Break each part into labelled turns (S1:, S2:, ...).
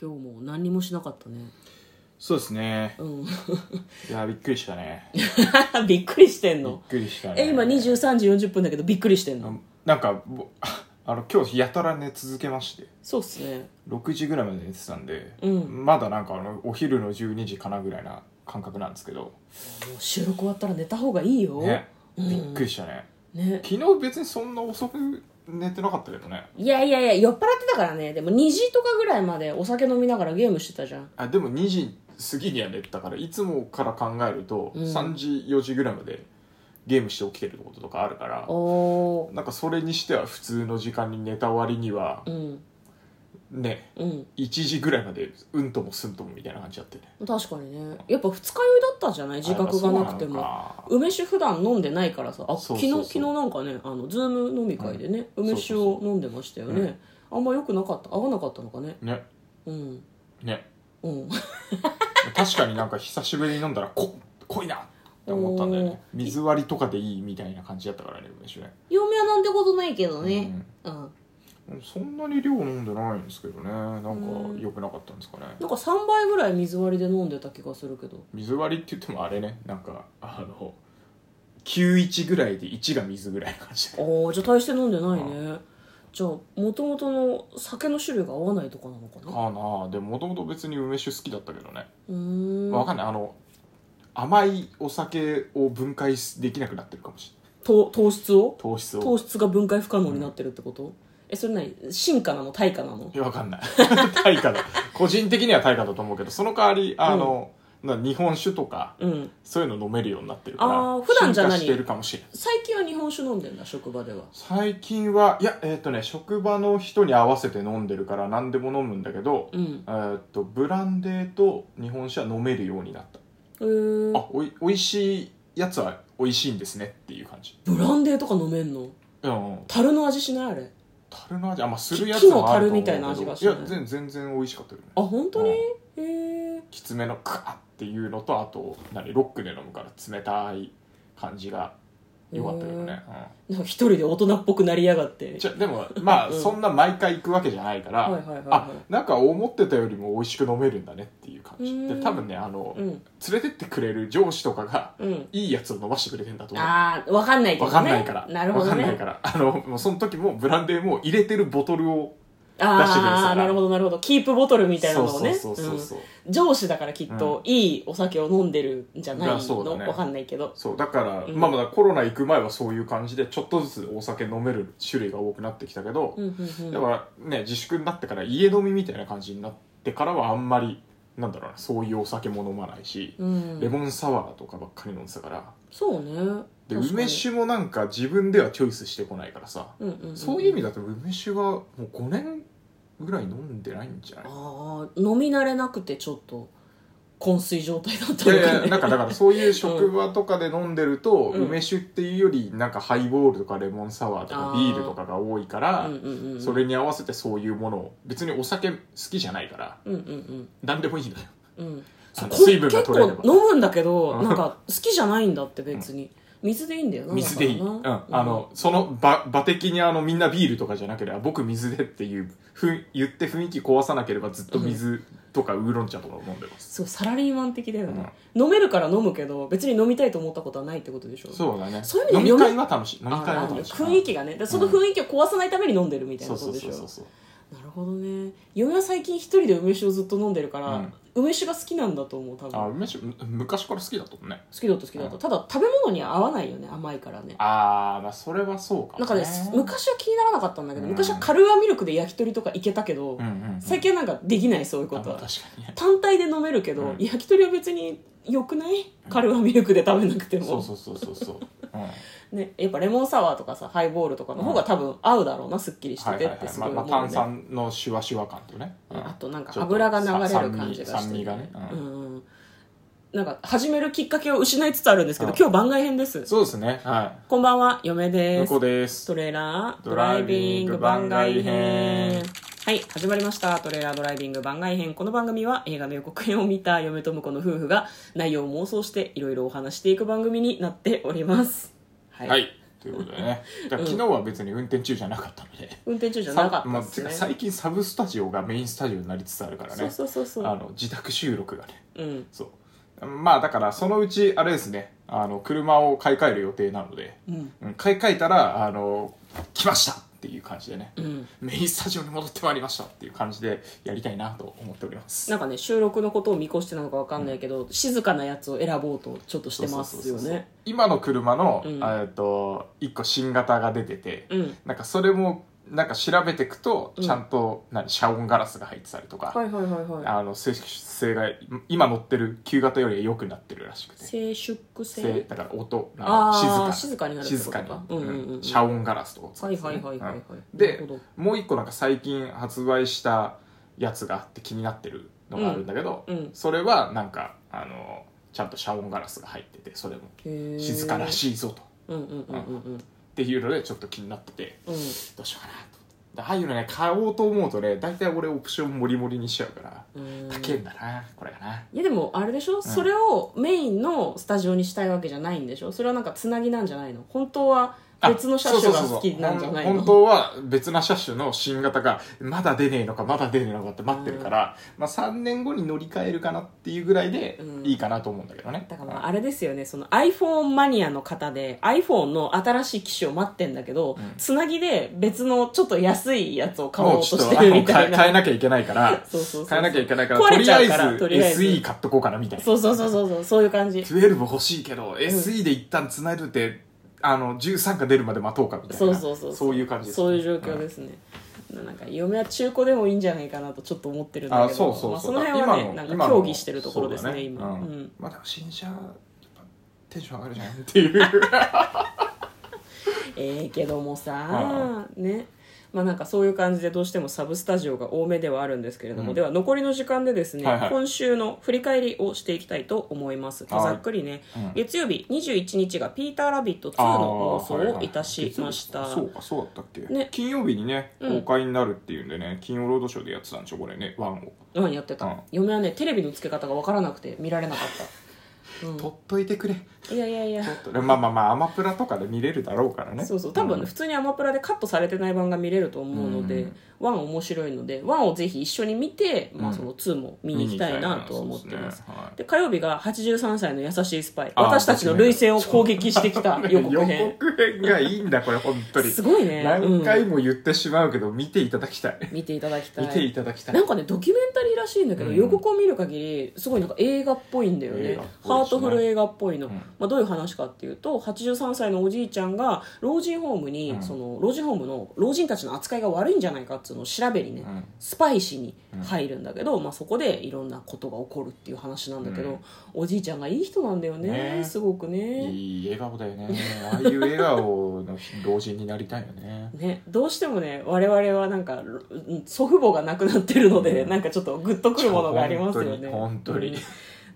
S1: 今日も何にもしなかったね
S2: そうですね
S1: うん
S2: いやびっくりしたね びっ
S1: びっくりしてんの
S2: くりしたね
S1: え今23時40分だけどびっくりしてんの
S2: なんかぼ あの今日やたら寝続けまして
S1: そうっすね
S2: 6時ぐらいまで寝てたんで、
S1: うん
S2: まだなんかあのお昼の12時かなぐらいな感覚なんですけど
S1: もう収録終わったら寝た方がいいよ
S2: ね
S1: うん
S2: びっくりしたね、
S1: ね
S2: 昨日別にそんな遅く寝てなかったけどね
S1: いやいやいや酔っ払ってたからねでも2時とかぐらいまでお酒飲みながらゲームしてたじゃん
S2: あでも2時過ぎには寝てたからいつもから考えると
S1: うん
S2: 3時4時ぐらいまでゲームして起きてることとかあるから、
S1: おー
S2: なんかそれにしては普通の時間に寝た割には
S1: うん
S2: ね
S1: うん
S2: 1時ぐらいまでうんともすんともみたいな感じだってね
S1: 確かにねやっぱ二日酔いだったんじゃない自覚がなくても
S2: あやっぱそうなのか
S1: 梅酒普段飲んでないからさあ
S2: そうそう
S1: 昨
S2: そう
S1: 日昨日なんかねあのズーム飲み会でね、
S2: ん
S1: 梅酒を飲んでましたよね
S2: そうそう
S1: あんま良くなかった合わなかったのかね
S2: ね
S1: うん
S2: ね
S1: うん
S2: 確かになんか久しぶりに飲んだらこ濃いなって思ったんだよね水割りとかでいいみたいな感じだったからね梅酒ね
S1: 嫁はなんてことないけどねうん、
S2: うんそんなに量飲んでないんですけどねなんか
S1: うん
S2: 良くなかったんですかね
S1: なんか3倍ぐらい水割りで飲んでた気がするけど
S2: 水割りって言ってもあれねなんかあの91ぐらいで1が水ぐらいの感じで
S1: ああじゃあ大して飲んでないねじゃあもともとの酒の種類が合わないとかなのかな
S2: かなあでももともと別に梅酒好きだったけどね、
S1: うーん
S2: わかんないあの甘いお酒を分解できなくなってるかもしれない
S1: と糖質を
S2: 糖質
S1: 糖
S2: を
S1: 質が分解不可能になってるってこと、えそれ何進化なの対価なの
S2: いやわかんない 対価だ個人的には対価だと思うけどその代わりあの、な日本酒とか
S1: うん
S2: そういうの飲めるようになってるから
S1: あー普段じゃ何
S2: 進化してるかもしれない
S1: 最近は日本酒飲んでんだ職場では
S2: 最近はいやえっ、とね職場の人に合わせて飲んでるから何でも飲むんだけど、
S1: うん
S2: えーっとブランデーと日本酒は飲めるようになった、
S1: えー、
S2: あおいおいしいやつは美味しいんですねっていう感じ
S1: ブランデーとか飲めんの
S2: うんうん
S1: 樽の味しないあれ
S2: 樽の味あまあするやつもあると思
S1: 木の樽
S2: うけど
S1: みたいな味がし
S2: い
S1: ない
S2: や全全然美味しかったよね
S1: あ本当に
S2: うん
S1: へえ
S2: きつめのクワッっていうのとあと何ロックで飲むから冷たい感じが良かったよね、
S1: なんか一人で大人っぽくなりやがって
S2: うん、じゃでもまあ、
S1: うん
S2: そんな毎回行くわけじゃないから、
S1: はいはいはいはい
S2: あなんか思ってたよりも美味しく飲めるんだねっていう感
S1: う
S2: じ
S1: ーん
S2: で多分ねあの、
S1: うん
S2: 連れてってくれる上司とかが
S1: うん
S2: いいやつを飲ましてくれてんだと思う
S1: ああわかんないけど
S2: わ
S1: ね
S2: かんないから。
S1: なるほど、ね、
S2: わかんないから。あの、もうその時もブランデーも入れてるボトルを。出してくれてた
S1: あ
S2: ら
S1: あなるほどなるほどキープボトルみたいなのをね
S2: そうそうそうそう。
S1: うん上司だからきっといいお酒を飲んでるんじゃないの
S2: いやそうだね
S1: わかんないけど
S2: そう、だから、
S1: うん
S2: まあまだコロナ行く前はそういう感じで、ちょっとずつお酒飲める種類が多くなってきたけど、
S1: うんうんう
S2: だ
S1: ん
S2: からね、自粛になってから家飲みみたいな感じになってからはあんまり、なんだろうな、そういうお酒も飲まないし、
S1: うん
S2: レモンサワーとかばっかり飲んでたから、
S1: そうね
S2: で、
S1: 確かに
S2: 梅酒もなんか自分ではチョイスしてこないからさ、
S1: うんうんん
S2: そういう意味だと梅酒はもう5年ぐらい飲んでないんじゃない
S1: ああ飲み慣れなくてちょっと昏睡状態 だったの
S2: い
S1: かね
S2: やいやなんかだからそういう職場とかで飲んでると、
S1: うん
S2: 梅酒っていうよりなんかハイボールとかレモンサワーと
S1: あ
S2: か
S1: ー
S2: ビールとかが多いから、
S1: うんうんうん
S2: それに合わせてそういうものを別にお酒好きじゃないから
S1: うんうん
S2: 何でもいいのよ
S1: うんうん
S2: あの
S1: こ
S2: 水分が取れれば
S1: 結構飲むんだけど
S2: うん
S1: なんか好きじゃないんだって別に水でいいんだよな
S2: 水でいい、
S1: だ
S2: う
S1: か
S2: ん、
S1: らな
S2: あのその場場的にあのみんなビールとかじゃなければ僕水でっていうふん言って雰囲気壊さなければずっと水とかウーロン茶とかを飲んでます、
S1: すごいサラリーマン的だよね、飲めるから飲むけど別に飲みたいと思ったことはないってことでしょ
S2: そうだね
S1: そういう意味で
S2: 飲み会は楽しい飲み
S1: あ
S2: 会は
S1: あ
S2: 楽しい
S1: 雰囲気がねでその雰囲気を壊さないために飲んでるみたいな
S2: そう
S1: こ
S2: そ
S1: と
S2: う
S1: でし
S2: そ
S1: ょ
S2: うそうそう
S1: なるほどね嫁は最近一人で梅酒をずっと飲んでるから、
S2: うん
S1: 梅酒が好きなんだと思う多分
S2: あ
S1: 好
S2: 梅酒む昔から好きだったもんね
S1: きだった好きだった、
S2: うん
S1: ただ食べ物には合わないよね甘いからね
S2: ああまあそれはそうか
S1: なんかね昔は気にならなかったんだけど、
S2: うん
S1: 昔はカルーアミルクで焼き鳥とかいけたけど、
S2: うんうんうん、
S1: 最近はなんかできないそういう
S2: あ
S1: こと
S2: まあ
S1: は
S2: 確かにね
S1: 単体で飲めるけど、
S2: うん
S1: 焼き鳥は別に良くないカルーアミルクで食べなくても
S2: そうそうそうそうそう、うん、は
S1: ね、やっぱレモンサワーとかさハイボールとかの方が多分合うだろうなすっきりして
S2: いはい
S1: て
S2: は
S1: って
S2: い
S1: す
S2: ま
S1: ご
S2: あ
S1: い
S2: ま
S1: 思う
S2: あ
S1: よ
S2: 炭
S1: ね
S2: 酸のシュワシュワ感とね、うん
S1: あとなんか
S2: ちょっ
S1: 油が流れる感じがし
S2: さ
S1: て
S2: 酸味がね、
S1: う
S2: うん
S1: んうんなんか始めるきっかけを失いつつあるんですけど今日番外編です
S2: そうですねは
S1: こんばんは嫁
S2: い
S1: で
S2: 向
S1: す
S2: こうです
S1: トレーラード
S2: ド
S1: ラ
S2: ラ
S1: イ
S2: イ
S1: ビ
S2: ビ
S1: ン
S2: ン
S1: グ
S2: グ
S1: 番
S2: 番
S1: 外
S2: 外
S1: 編
S2: 編
S1: はい始まりましたトレーラードライビング番外編この番組は映画の予告編を見た嫁と婿の夫婦が内容を妄想していろいろお話していく番組になっておりますは
S2: はい、とということでねだから昨日は別に運転中じゃなかったので、
S1: 運転中じゃなか
S2: さ
S1: った
S2: まあ
S1: で
S2: て
S1: す
S2: か
S1: ね、
S2: 最近サブスタジオがメインスタジオになりつつあるからね
S1: そうそうそうそう
S2: あの自宅収録がね
S1: うん
S2: そうまあだからそのうちあれですねあの車を買い替える予定なので、
S1: うん
S2: うん買い替えたらあの来ましたっていう感じでね、
S1: うん
S2: メインスタジオに戻ってまいりましたっていう感じでやりたいなと思っております
S1: なんかね収録のことを見越してなのかわかんないけど、静かなやつを選ぼうとちょっとしてますよ
S2: そうそうそうそう
S1: ね
S2: 今の車の、
S1: うん
S2: えっと1個新型が出てて、
S1: うん
S2: なんかそれもなんか調べていくと
S1: うん
S2: ちゃんと、何遮音ガラスが入ってたりとか、
S1: はいはいはいはい
S2: あの静粛性が今乗ってる旧型よりは良くなってるらしくて
S1: 静粛
S2: 静
S1: 性
S2: だから音なん
S1: あ
S2: か
S1: ー
S2: 静
S1: 静
S2: か
S1: かに
S2: に
S1: なるって
S2: 静
S1: こと
S2: か
S1: か
S2: に、
S1: うんうんうんうん
S2: 遮音ガラスとかを使ってたんですね
S1: はいはいはいはいはい
S2: うん
S1: な
S2: で
S1: るほど
S2: もう一個なんか最近発売したやつがあって気になってるのがあるんだけど、
S1: うん
S2: それはなんかあのちゃんと遮音ガラスが入っててそれも静から
S1: い
S2: しいぞと
S1: うんうんうんうんうん
S2: っていうのでちょっと気になってて
S1: うん
S2: どうしようかなとでああいうのね買おうと思うとね大体俺オプションもりもりにしちゃうから
S1: うん
S2: 高えんだなこれがない
S1: やでもあれでしょ、それをメインのスタジオにしたいわけじゃないんでしょそれはなんかつなぎなんじゃないの本当は
S2: あ
S1: 別の車種が好きなんじゃないの
S2: そうそうそうそうほん本当は別な車種の新型がまだ出ねえのかまだ出ねえのかって待ってるから、まあ、3年後に乗り換えるかなっていうぐらいで
S1: うん
S2: いいかなと思うんだけどね、
S1: だからまああれですよねその iPhone マニアの方で iPhone の新しい機種を待ってんだけど、
S2: ん
S1: つなぎで別のちょっと安いやつを買おう
S2: も
S1: と
S2: うちょっ
S1: し
S2: と
S1: て
S2: あ
S1: る
S2: の
S1: みた
S2: 変え
S1: いな
S2: 変えなきゃいけないから
S1: そうそうそう
S2: 変えなきゃいけないから
S1: 壊
S2: と
S1: れ
S2: り
S1: ち
S2: あ
S1: ゃ
S2: え
S1: うから
S2: ず
S1: とりあえず
S2: SE 買っとこうかなみたいな
S1: そうそうそうそうそうそういう感じ
S2: 12欲しいけど、SE で一旦繋いでてあの13が出るまで待とうかみたいな
S1: そうそうそう
S2: そういう感じですね、
S1: そういう状況ですね、なんか嫁は中古でもいいんじゃないかなとちょっと思ってるんだけど
S2: あそうそうそう
S1: まあ、その辺はね
S2: 今の
S1: なんか協議してるところですね
S2: 今
S1: 今、
S2: の
S1: う
S2: そうだねうん
S1: ん
S2: まあでも新車やっぱテンション上がるじゃんっていう
S1: ええけどもさねまあなんかそういう感じでどうしてもサブスタジオが多めではあるんですけれども、
S2: うん
S1: では残りの時間でですね、
S2: はいはい
S1: 今週の振り返りをしていきたいと思います、
S2: はい
S1: ざっくりね、
S2: うん
S1: 月曜日21日が「ピーター・ラビット2」の
S2: あー
S1: 放送をいたしました、
S2: はいはいそうかそうだったっけ、
S1: ね
S2: 金曜日にね
S1: う
S2: 公
S1: ん
S2: 開になるっていうんでね、金曜ロードショーでやってたんでしょこれねワンを、
S1: 何やってた、
S2: うん
S1: 嫁はねテレビのつけ方が分からなくて見られなかった、うん
S2: 取っといてくれ
S1: いやいやいや
S2: まあまあまあアマプラとかで見れるだろうからね
S1: そうそう多分ね、
S2: ん
S1: 普通にアマプラでカットされてない版が見れると思うので、ワン面白いのでワンをぜひ一緒に見て、まあ、その2も見に行きたいなとは思ってます
S2: 見に行きたいなはい
S1: で火曜日が83歳の優しいスパイ
S2: あー
S1: 私たちの類線を攻撃してきた予告
S2: 予
S1: 編
S2: 告編がいいんだこれ本当に
S1: すごいね
S2: 何回
S1: うん
S2: も言ってしまうけど見ていただきたい
S1: 見ていただきた
S2: 見て
S1: い
S2: いただきたい
S1: なんかねドキュメンタリーらしいんだけど、
S2: うん
S1: 予告を見る限りすごいなんか映画っぽいんだよね
S2: 映画っぽいですね
S1: ハートフル映画っぽいの、
S2: うん
S1: まあ、どういう話かっていうと83歳のおじいちゃんが老人ホームに、
S2: うん
S1: その老人ホームの老人たちの扱いが悪いんじゃないかっていうのを調べにね、
S2: うん
S1: スパイ市に入るんだけど、まあ、そこでいろんなことが起こるっていう話なんだけど、
S2: うん
S1: おじいちゃんがいい人なんだよね
S2: ね
S1: すごくね
S2: いい笑顔だよねああいう笑顔の老人になりたいよね
S1: ね、どうしてもね我々はなんかうん祖父母が亡くなってるので、
S2: うん
S1: なんかちょっとグッとくるものがありますよね
S2: 本当に本当に
S1: うん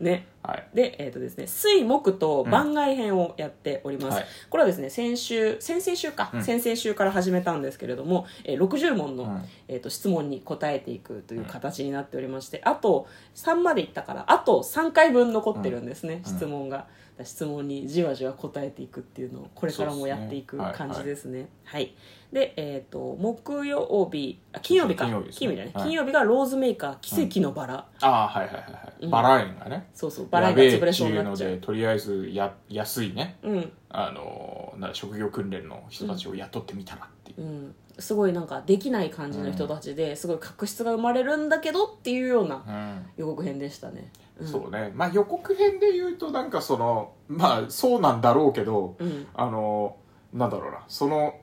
S1: ね
S2: はい
S1: でえーとですね、水木と番外編をやっております、
S2: はい
S1: これはですね先週先々週か、
S2: うん
S1: 先々週から始めたんですけれども、えー60問の、
S2: うん
S1: えー、と質問に答えていくという形になっておりまして、あと3までいったからあと3回分残ってるんですね、
S2: うん
S1: 質問がだから質問にじわじわ答えていくっていうのをこれからもやっていく
S2: そうですね
S1: 感じですねはい、でえっ、と木曜日あ金曜日か
S2: 金曜日ですね
S1: だね、
S2: はい
S1: 金曜日がローズメーカー奇跡のバラ、
S2: ああはいはいはいは
S1: うん
S2: いバラ園がね
S1: そうそうバラ
S2: や
S1: が
S2: べえ
S1: 潰
S2: っ
S1: れ
S2: て
S1: そう
S2: い
S1: に
S2: う
S1: なっ
S2: の
S1: ちゃ
S2: で
S1: う
S2: とりあえずや安いね
S1: うん、
S2: あのなんだ職業訓練の人たちを雇ってみたらっていううん
S1: すごいなんかできない感じの人たちですごい確執が生まれるんだけどっていうような
S2: うん
S1: 予告編でしたね、うん、
S2: そうね、まあ、予告編で言うとなんかそのまあそうなんだろうけど
S1: うん
S2: あのなんだろうなその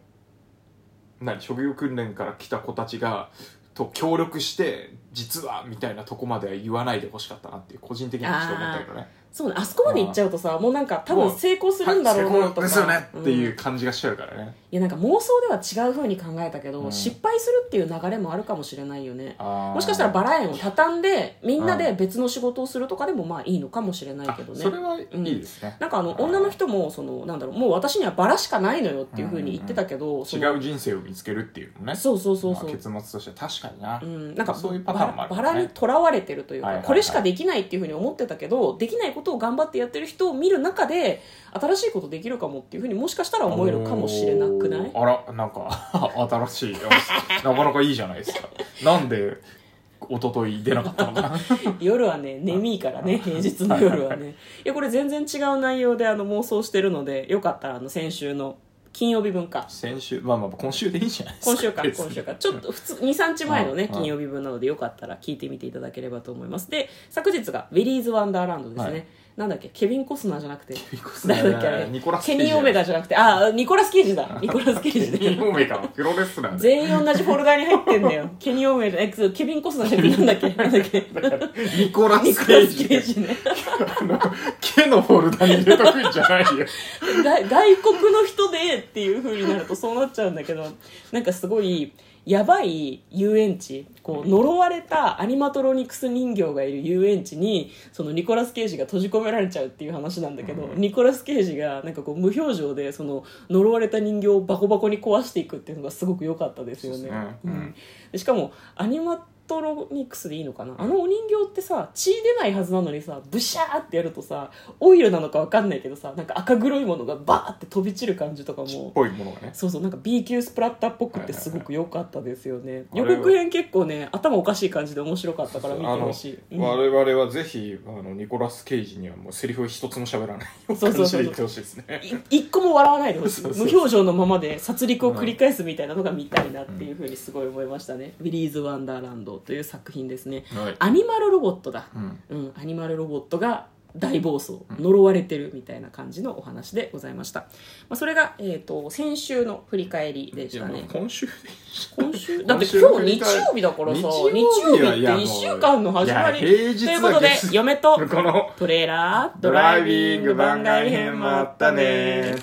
S2: 何職業訓練から来た子たちがと協力して実はみたいなとこまでは言わないでほしかったなっていう個人的にはちょっと思ったけどね
S1: そうね、あそこまで行っちゃうとさもうなんか多
S2: も
S1: 分
S2: う
S1: 成功するんだろうな
S2: はい成
S1: とか、
S2: 功ですよねってい
S1: うん
S2: う感じがしちゃうからね、
S1: いやなんか妄想では違う風に考えたけど、
S2: うん
S1: 失敗するっていう流れもあるかもしれないよね
S2: あー
S1: もしかしたらバラ園を畳んでみんなで別の仕事をするとかでもまあいいのかもしれないけど
S2: あ
S1: ね
S2: それはいいですね、
S1: なんかあの
S2: はい
S1: 女の人もそのなんだろうもう私にはバラしかないのよっていう風に言ってたけど、その
S2: 違う人生を見つけるっていうのもね
S1: そうそうそうそう
S2: まあ、結末としては確かにな、
S1: うん、なんか
S2: そういうパター
S1: バラ
S2: 感もある
S1: バ
S2: からね
S1: ラにとらわれてるというか、
S2: はいはいはい
S1: これしかできないっていうふうに思ってたけどできないことを頑張ってやってる人を見る中で新しいことできるかもっていうふうにもしかしたら思えるかもしれなくない
S2: おーあらなんか 新しいなかなかいいじゃないですかなんで一昨日出なかったのかな
S1: 夜はね眠いからね平日の夜はねいやこれ全然違う内容であの妄想してるのでよかったらあの先週の金曜日分か
S2: 先週まあまあ今週でいいじゃないですか
S1: 今週か
S2: 別に
S1: 今週かちょっと普通23日前の
S2: う
S1: ね
S2: ん
S1: 金曜日分なのでよかったら聞いてみていただければと思いますで昨日が「ウィリーズ・ワンダーランド」ですね、
S2: はい
S1: なんだっけケビン・コスナーじゃなくて
S2: ビンコスナー
S1: 誰だっけあれ
S2: ニコラスケ
S1: ケ
S2: イジ
S1: ニー・オメダじゃなくてあニコラス・ケイジだニコラス・ケイジ
S2: ケニ
S1: で
S2: ーオメガプロレスラ ーで
S1: 全員同じフォルダに入ってんだよケニー・オメダえケビン・コスナーじゃなくてなんだっけなんだっけ
S2: ニコラ
S1: ニ
S2: ス・
S1: コ
S2: ケ
S1: ラ
S2: イ
S1: ス・
S2: ジ
S1: ケイジね
S2: あの毛のフォルダに入れとくんじゃないよ
S1: だ 外国の人でっていう風になるとそうなっちゃうんだけどなんかすごいやばい遊園地こう呪われたアニマトロニクス人形がいる遊園地にそのニコラス・ケイジが閉じ込められちゃうっていう話なんだけど、ニコラス・ケイジがなんかこう無表情でその呪われた人形をバコバコに壊していくっていうのがすごく良かったですよ
S2: そ
S1: ね。
S2: うですね
S1: う
S2: うん
S1: んでしかもアニマトロニクスでいいのかなあのお人形ってさ血出ないはずなのにさブシャーってやるとさオイルなのか分かんないけどさなんか赤黒いものがバーって飛び散る感じとか
S2: っ
S1: も
S2: ぽいものがね
S1: そうそうなんか B 級スプラッターっぽくってすごく良かったですよね、
S2: はいはい
S1: 予告編結構ね頭おかしい感じで面白かったから見てほしい
S2: あの我々はぜひあのニコラス・ケイジにはもうセリフ一つも喋らない
S1: そうそうそう
S2: 感じで言ってほしいですね
S1: い一個も笑わないでほしい
S2: そうそう
S1: 無表情のままで殺戮を繰り返すみたいなのが見たいなっていうふうにすごい思いましたね「ウィリーズ・ワンダーランド」という作品ですね
S2: はい
S1: アニマルロボットだ
S2: うん
S1: うん、アニマルロボットが大暴走呪われてるみたいな感じのお話でございました、まあ、それが、えー、と先週の振り返りで
S2: い
S1: し
S2: や
S1: た
S2: もう
S1: ね
S2: 今週で
S1: 今週だ
S2: 今
S1: って
S2: 週の
S1: 今
S2: 振
S1: 日
S2: り
S1: 日
S2: 返り
S1: 曜日だからさ日
S2: 日
S1: 曜
S2: 曜
S1: 日
S2: 日はい
S1: って
S2: やもう
S1: 1週間の始まりと
S2: いや平日だ
S1: いうことで
S2: 月
S1: 嫁と
S2: この
S1: トレーラード
S2: ド
S1: ラ
S2: ラ
S1: イ
S2: イ
S1: ビ
S2: ビ
S1: ン
S2: ン
S1: グ
S2: グ
S1: 番
S2: 番
S1: 外
S2: 外
S1: 編
S2: 編
S1: も
S2: も
S1: あ
S2: あ
S1: っ
S2: ったた
S1: ね
S2: ね